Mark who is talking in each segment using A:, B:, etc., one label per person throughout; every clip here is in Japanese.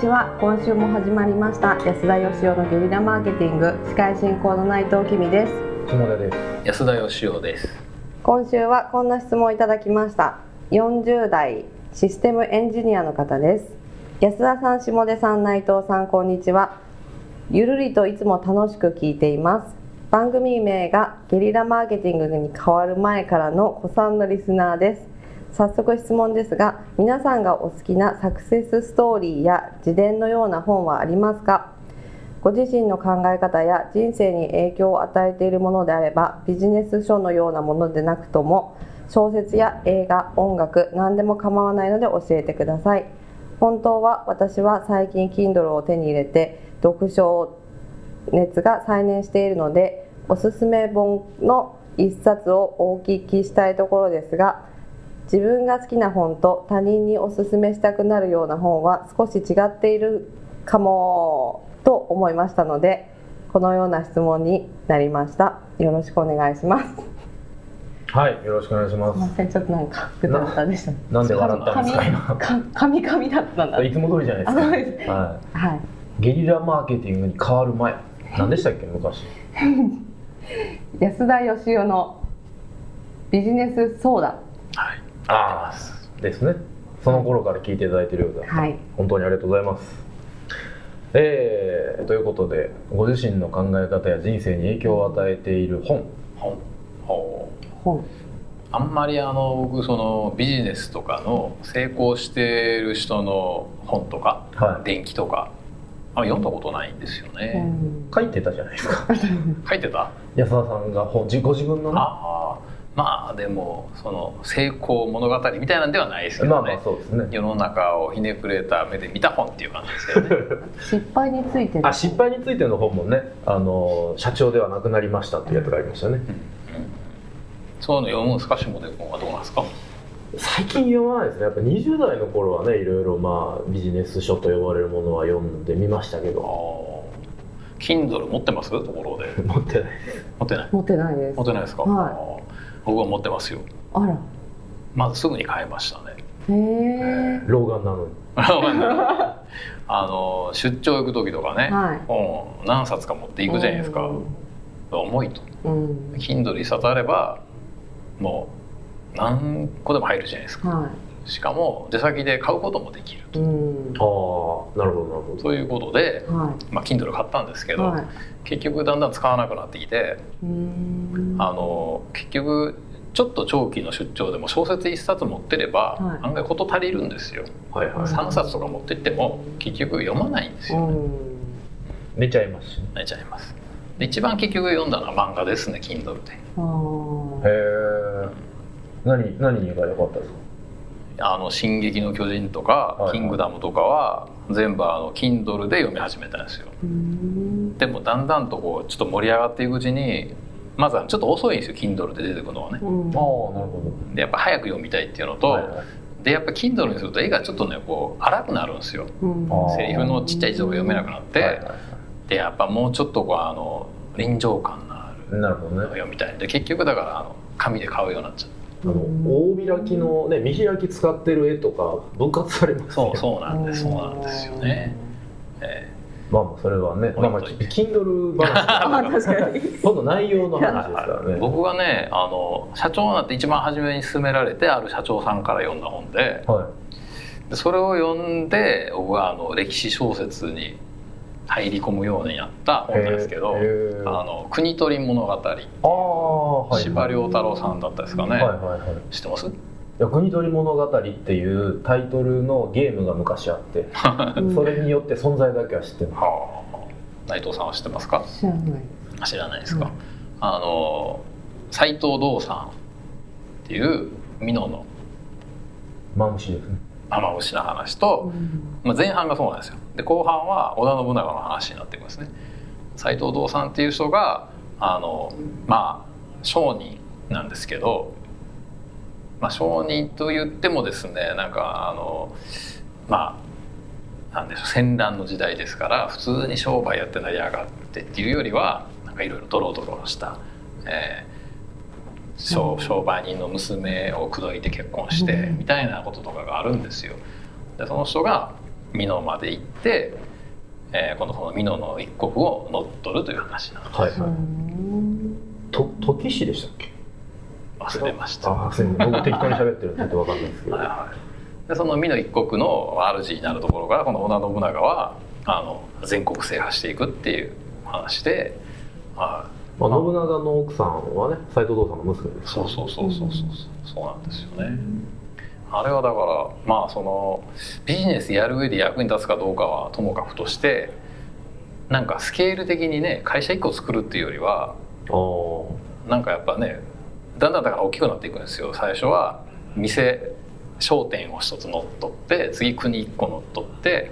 A: ちは今週も始まりました安田義しのゲリラマーケティング司会進行の内藤きみです
B: 下田です。
C: 安田義雄です。
A: 今週はこんな質問をいただきました40代システムエンジニアの方です安田さん下出さん内藤さんこんにちはゆるりといつも楽しく聞いています番組名がゲリラマーケティングに変わる前からの子さんのリスナーです早速質問ですが皆さんがお好きなサクセスストーリーや自伝のような本はありますかご自身の考え方や人生に影響を与えているものであればビジネス書のようなものでなくとも小説や映画音楽何でも構わないので教えてください本当は私は最近 Kindle を手に入れて読書熱が再燃しているのでおすすめ本の一冊をお聞きしたいところですが自分が好きな本と他人におすすめしたくなるような本は少し違っているかもと思いましたのでこのような質問になりましたよろしくお願いします
B: はい、よろしくお願いします
A: いま
B: す。
A: せんちょっとなんかぐだぐだでしたね
B: なんで笑ったんですか今。
A: かかみかみだったんだ
B: いつも通りじゃないですか。
A: あそうです
B: は
A: はい
B: い。ゲリラマーケティングに変わる前。何でしたっけ昔。
A: 安田義雄のビジネス相談
C: はい。
B: ああ、ですね。その頃から聞いていただいているようだ。
A: はい
B: 本当にありがとうございます。えー、ということでご自身の考え方や人生に影響を与えている本
C: 本。ほう
A: 本
C: あんまりあの僕そのビジネスとかの成功してる人の本とか
B: は
C: 電気とかあ読んだことないんですよ
A: う
C: ね。
A: ん
B: 書いてたじゃないですか
C: 書いてた？
B: 安田さんが本自ご自分のね
C: ああまあでもその成功物語みたいなんではないですけ
B: まあ
C: ど
B: ま
C: ね
B: あ。そうですね
C: 世の中をひねくれた目で見た本っていう感じですけどね。
A: 失敗について
B: あ失敗についての本もねあの社長ではなくなりましたっていうやつがありましたね
C: そういうの読むんですか下出君はどうなんですか？
B: 最近読まないですねやっぱ20代の頃はねいろいろまあビジネス書と呼ばれるものは読んでみましたけ
C: あ
B: ど
C: あ。Kindle 持ってます？ところで
B: 持ってない
C: 持ってない。
A: 持ってないです
C: 持ってないですか、
A: はい
C: あー僕は持ってますよ
A: あら
C: まずすぐに買いましたね
A: へえ
B: 老眼なのに
C: あの出張行く時とかね、
A: はい
C: 本何冊か持っていくじゃないですか、重いと
A: うんうん、
C: Kindle 一冊あればもう何個でも入るじゃないですか
A: は
C: しかも出先で買うこともできる
A: い、うん、
B: ああなるほどなるほど
C: ということで、
A: は
C: まあ、Kindle 買ったんですけ
A: い、
C: ど、
A: はい、
C: 結局だんだん使わなくなってきて
A: うーん、
C: あの結局ちょっと長期の出張でも小説一冊持ってれば、
A: はい
C: 案外事足りるんですよ
B: はいは
C: 3冊とか持ってっても結局読まないんです
A: う
C: よ、
A: ん、
B: い寝ちゃいますしへ
C: 寝ちゃいますで一番結局読んだのは漫画ですね Kindle で
A: あー
B: え何何が良かったですか
C: 「あの進撃の巨人」とか
B: はいは
C: 「
B: い
C: キングダム」とかは全部あの Kindle で読み始めたんですよ
A: うーん、
C: でもだんだんとこうちょっと盛り上がっていくうちにまずはちょっと遅いんですよ Kindle で出てくるのはね
A: うん、
C: でやっぱ早く読みたいっていうのと、
B: はいはい
C: でやっぱ Kindle にすると絵がちょっとねこう荒くなるんですよ
A: うん、
B: あー
C: セリフのちっちゃい字とか読めなくなって、
B: はいは
C: でやっぱもうちょっとこうあの臨場感のある
B: いなるほどね
C: 読みたいで結局だからあの紙で買うようになっちゃう
B: あの大開きのね見開き使ってる絵とか分割されます
C: そう
B: う
C: そうなんですそうなんですよね、え
B: まあまあそれはねまあまあ Kindle
A: あ
B: 話
A: ー確か に、
B: ほとんど内容の
C: え
B: 話ですからね
C: 僕がねあの社長になって一番初めに勧められてある社長さんから読んだ本で
B: はい
C: でそれを読んで僕はあの歴史小説に入り込むようになった本なんですけど
B: へーへ
C: 「
B: ー
C: あの国取物語」
B: ああ、はい、
C: 司馬遼太郎さんだったですかね、
B: はいはいはい。い
C: 知ってます
B: や国取物語っていうタイトルのゲームが昔あって、それによって存在だけは知ってます。
C: はあ内藤さんは知ってますか
A: 知らない、
C: 知らないですか、
A: うん
C: あの斎藤道さんっていう美濃の
B: マムシですね。
C: 雨虫の話と、まあ、前半がそうなんですよで後半は織田信長の話になっていくんですね斎藤道さんっていう人があのまあ商人なんですけど、まあ、商人と言ってもですねなんかあのまあなんでしょう戦乱の時代ですから普通に商売やって成り上がってっていうよりはなんかいろいろドロドロした、えー商商売人の娘を口説いて結婚して
A: うん
C: みたいなこととかがあるんですよ。でその人が、美濃まで行って、えー今度この美濃の一国を乗っ取るという話なの
B: はい
A: ー
B: は
A: ん
B: い。と土岐市でしたっけ？
C: 忘れました。
B: あ、すみません。僕適当に喋ってるんでちょっとわかんないですけど。
C: はい
B: は
C: はい、でその美濃一国の主になるところからこの織田信長はあの全国制覇していくっていう話で、は
B: まあ信長の奥さんはね、斎藤道さんの娘で
C: い、
B: す。
C: そうそうそうそうそうそうなんですよね。あれはだからまあそのビジネスやる上で役に立つかどうかはともかくとしてなんかスケール的にね会社1個作るっていうよりは
B: あ
C: なんかやっぱねだんだんだから大きくなっていくんですよ最初は店商店を一つ乗っ取って次国一個乗っ取って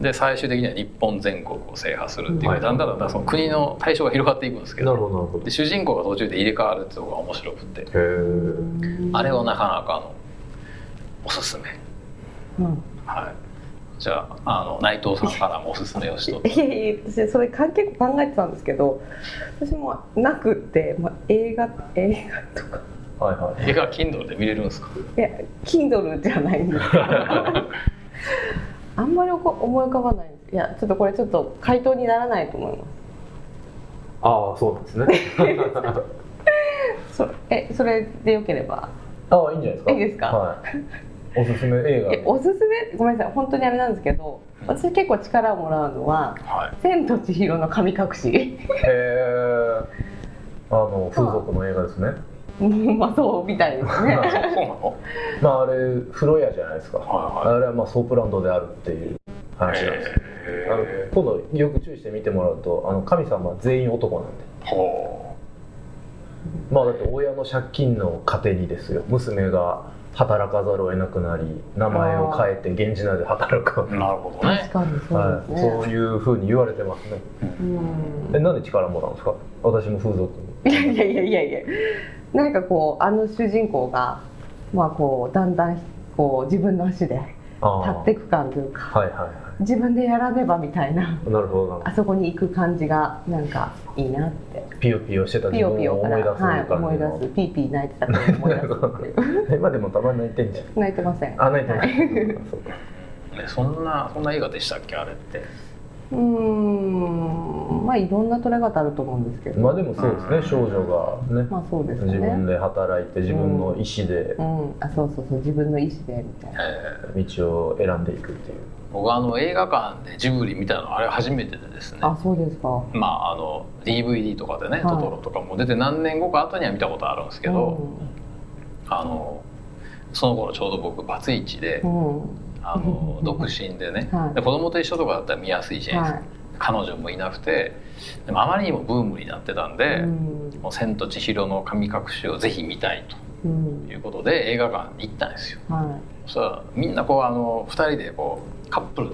C: で最終的には日本全国を制覇するっていう、
B: はい
C: だんだんだんだんその国の対象が広がっていくんですけ
B: あ。な
C: ど
B: るほどなるほど
C: で。主人公が途中で入れ替わるっていうのが面白くて
B: へえ。
C: あれはなかなかあのおすすめ
A: うん
C: はいじゃああの内藤さんからもおすすめをしとっ
A: いやいや私それか結構考えてたんですけど私もなくって、まあ、映画映画とか
B: はいはい。
C: 映画 Kindle で見れるんですか
A: いや Kindle じゃないんですけど あんまりおこ思い浮かばないんですいやちょっとこれちょっと回答にならないと思いま
B: ああ、そうなんですね。
A: すそえそれでよければ
B: ああ、いいんじゃないですか。
A: いいですか
B: はい。おすすめ映
A: えおすすめごめんなさい本当にあれなんですけど私結構力をもらうのは
C: はい
A: 「千と千尋の神隠し
B: 画。へえ。あの風俗の映画ですね。」
A: うんまあそうみたいですね
C: そうなの
B: まああれ風呂屋じゃないですか。
C: はいはい
B: あれはまあソープランドであるっていう話なんです。あの
C: え
B: 今度よく注意して見てもらうとあの神様は全員男なんで
C: ーほう
B: まあだって親の借金の糧にですよ娘が働かざるを得なくなり名前を変えて源氏名で働く、 はい、
C: なるほどね
A: 確。かにそうですね、
B: そういうふうに言われてますね
A: うん
B: えなんで力もらうんですか私も風俗に
A: いやいやいやいやいやなんかこうあの主人公がまあこうだんだんこう自分の足で
B: あ
A: 立
B: ー
A: っていく感というか
B: はいはいは
A: 自分でやらねばみたいない
B: なるほどなるほ
A: あそこに行く感じがなんかいいなって
B: どピヨピヨしてた
A: ピ
B: 自
A: ヨ
B: 分
A: ピヨ
B: を
A: か
B: 思
A: ら
B: い出す
A: はい、思い
B: 感
A: 出
B: じ
A: すピーピー泣いてたから思い出す っていう
B: の、 えまあでもたまに泣いてんじゃん
A: 泣いてません
B: あ泣いてな、
A: はい
B: そうか
C: ねそんなそんな映画でしたっけあれって。
A: うーんまあいろんな捉え方あると思うんですけど
B: まあでもそうですね少女がね
A: まあそうです
B: 自分
A: ね
B: で働いて自分の意思で
A: うんあそうそうそう自分の意思でみたいな
C: えー
B: 道を選んでいくっていう
C: 僕あの映画館でジブリ見たのあれ初めてでですね。
A: あそうですか
C: まああの DVD とかでね
A: い
C: トトロとかも出て何年後か後には見たことあるんですけど、あのその頃ちょうど僕バツイチで
A: う。ん、うん
C: あの独身でね、
A: はい
C: で子供と一緒とかだったら見やすいじゃないですか、彼女もいなくてでもあまりにもブームになってたん
A: は
C: で
A: い、
C: 「
A: うん
C: もう千と千尋の神隠し」をぜひ見たい
A: うん
C: ということで映画館に行ったんですよ
A: は
C: そしたらみんなこうあの2人でこうカップル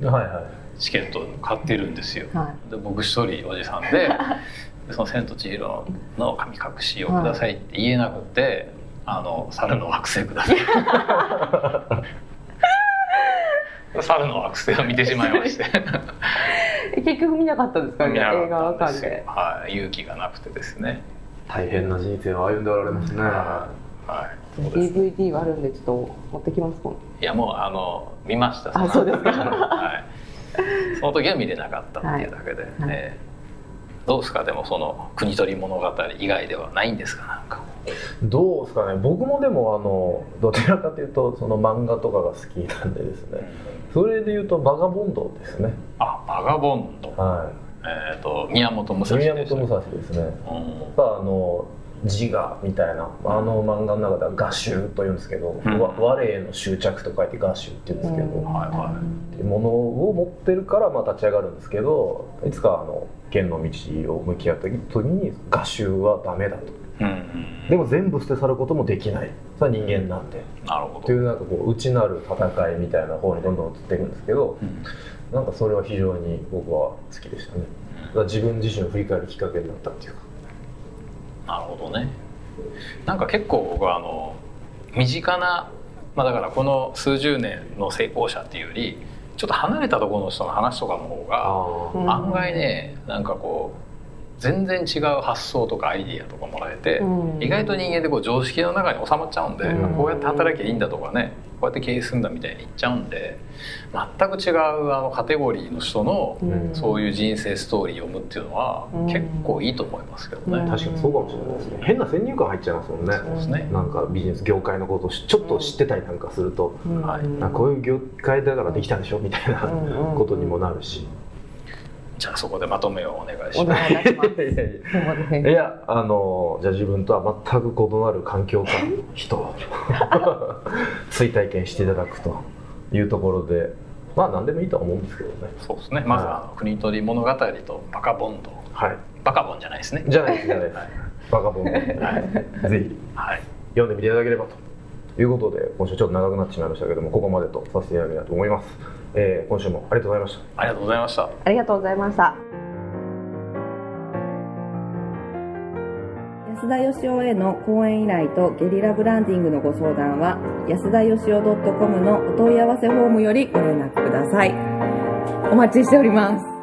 C: で
B: はいはい
C: チケットを買ってるんですよ
A: いは
C: で僕一人おじさんででその「千と千尋の神隠しをください」って言えなくて「あの猿の惑星ください」猿の惑星を見てしまいまして
A: い。結局見なかったですかね。
C: 見 なか
A: 映画
C: ったん
A: 館
C: すよ
A: で。
C: はい、勇気がなくてですね
B: 大変な人生を歩んでおられますね
C: はいそうです
A: DVD はあるんでちょっと持ってきます今度。
C: いやもうあの見ました
A: あそうですか
C: はい、その時は見れなかったっていうだけで、えーどうですかでもその国取り物語以外ではないんですかなんか
B: どうですかね僕もでもあのどちらかというとその漫画とかが好きなんでですねそれでいうとバガボンドですね
C: あバガボンド
B: は
C: えっ、と宮本武
B: い
C: 蔵
B: 宮
C: です
B: 本武蔵ですねやっ
C: うん
B: ぱあの自我みたいなあの漫画の中では「画集」というんですけど「
C: うん
B: わ我への執着」と書いて「画集」って言うんですけど、
C: はいは
B: ものを持ってるからまあ立ち上がるんですけどいつかあの剣の道を向き合った時に画集はダメだと
C: うんうん
B: でも全部捨て去ることもできないそれは人間なんで
C: なるほ
B: と
C: ど
B: いうなんかこう内なる戦いみたいな方にどんどん移っていくんですけど
C: うん
B: なんかそれは非常に僕は好きでしたねだから自分自身を振り返るきっかけになったっていうか
C: なるほどねなんか結構僕はあの身近な、まあ、だからこの数十年の成功者っていうよりちょっと離れたところの人の話とかの方が
B: あ
A: うん
C: 案外ねなんかこう全然違う発想とかアイディアとかもらえて、
A: うん
C: 意外と人間ってこう常識の中に収まっちゃうんで、
A: うん
C: こうやって働きゃいいんだとかねこうやって経営するんだみたいに言っちゃうんで全く違うあのカテゴリーの人の
A: うん
C: そういう人生ストーリー読むっていうのは
A: うん
C: 結構いいと思いますけど
A: うん
C: ね。
B: 確かにそうかもしれないですね変な先入観入っちゃいますもんね
C: そうですね
B: なんかビジネス業界のことをしちょっと知ってたりなんかすると、
A: うん
C: はい
B: なんかこういう業界だからできたんでしょみたいな
A: うん
B: ことにもなるし、
C: じゃあそこでまとめをお願いし
A: お
C: ます。
A: 願いいたします
B: いやいや
A: そうです
B: い
A: ね
B: やあのじゃあ自分とは全く異なる環境下の人 を追体験していただくというところでまあ何でもいいとは思うんですけどね
C: そうですね。まずあの国取り物語とバカボンド。
B: はい
C: バカボンじゃないですね。
B: じゃないですじゃないですバカボンド、はい、ぜひ
C: はい。
B: 読んでみていただければということで今週ちょっと長くなってしまいましたけどもここまでとさせていただきたいと思います、えー今週もありがとうございました
C: ありがとうございました。
A: ありがとうございました安田よしおへの講演依頼とゲリラブランディングのご相談は安田よしお .com のお問い合わせフォームよりご連絡くださいお待ちしております